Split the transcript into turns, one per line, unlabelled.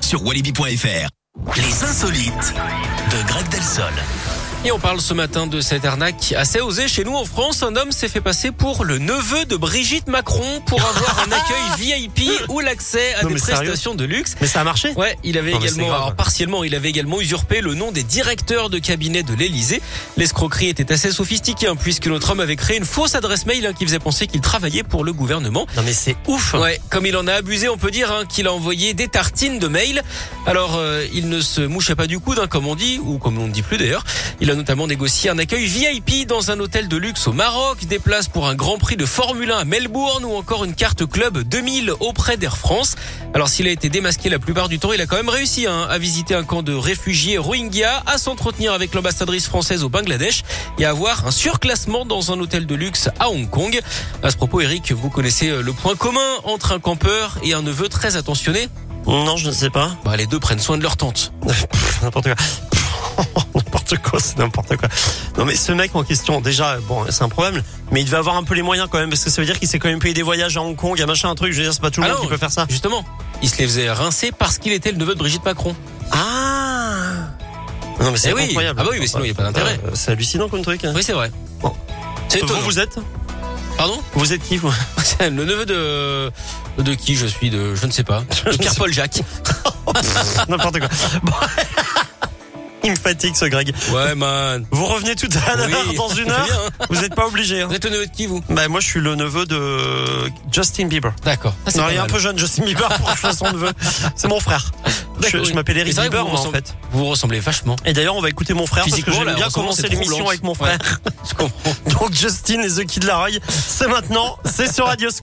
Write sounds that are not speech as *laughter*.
sur walibi.fr. Les insolites de Greg Delsol.
Et on parle ce matin de cette arnaque assez osée chez nous en France. Un homme s'est fait passer pour le neveu de Brigitte Macron pour
*laughs*
avoir un accueil VIP ou l'accès à
Non,
des
mais sérieux
prestations de luxe.
Mais ça a marché
Ouais, il avait
Non, mais c'est
également,
grave.
alors partiellement, il avait également usurpé le nom des directeurs de cabinet de l'Élysée. L'escroquerie était assez sophistiquée, hein, puisque notre homme avait créé une fausse adresse mail hein, qui faisait penser qu'il travaillait pour le gouvernement.
Non mais c'est ouf
Ouais, comme il en a abusé, on peut dire hein, qu'il a envoyé des tartines de mail. Alors, euh, il ne se mouchait pas du coude, hein, comme on dit, ou comme on ne dit plus d'ailleurs. Il a notamment négocié un accueil VIP dans un hôtel de luxe au Maroc, des places pour un Grand Prix de Formule 1 à Melbourne, ou encore une carte club 2000 auprès d'Air France. Alors, s'il a été démasqué la plupart du temps, il a quand même réussi hein, à visiter un camp de réfugiés Rohingyas, à s'entretenir avec l'ambassadrice française au Bangladesh et à avoir un surclassement dans un hôtel de luxe à Hong Kong. À ce propos, Eric, vous connaissez euh, le point commun entre un campeur et un neveu très attentionné
Non, je ne sais pas. *laughs*
bah, Les deux prennent soin de leur tante.
Pff, N'importe quoi. *laughs* Pff, n'importe quoi, c'est n'importe quoi. Non mais ce mec en question, déjà, bon, c'est un problème, mais il devait avoir un peu les moyens quand même, parce que ça veut dire qu'il s'est quand même payé des voyages à Hong Kong, à machin, un truc, je veux dire, c'est pas tout le
Ah
monde
non,
qui peut faire ça.
Justement, il se les faisait rincer parce qu'il était le neveu de Brigitte Macron.
Ah Non mais c'est
Eh oui.
incroyable.
Ah bah oui, mais sinon, il y a pas d'intérêt.
Euh, C'est hallucinant comme truc. hein.
Oui, c'est vrai.
Bon.
C'est
Vous,
étonnant.
vous êtes
Pardon *laughs*
Vous êtes qui vous *laughs*
Le neveu de... De qui je suis de... Je ne sais pas. De Pierre Paul Jacques.
N'importe quoi. *laughs* Bon. Il me fatigue ce Greg.
Ouais, man.
Vous revenez tout à l'heure
Oui.
dans
*laughs*
une
C'est
heure.
bien, hein.
Vous n'êtes pas obligé. hein.
Vous êtes le neveu de qui, vous
Bah, moi, je suis le neveu de Justin Bieber.
D'accord. Ah, c'est
Non,
pas
il est un
mal.
peu jeune, Justin Bieber, pour que
*laughs*
je fasse son neveu. C'est mon frère. Je,
D'accord,
je
oui.
m'appelle
Mais
Eric
c'est vrai que
Bieber,
vous
moi, en
ressemblez-
fait.
Vous ressemblez vachement.
Et d'ailleurs, on va écouter mon frère parce que
Physiquement,
j'aime
là,
bien
en ce moment,
commencer
c'est
l'émission
troublant.
avec mon frère.
Je comprends.
Donc, Justin et The Kid Laroi, c'est maintenant, c'est sur Radio Scoop.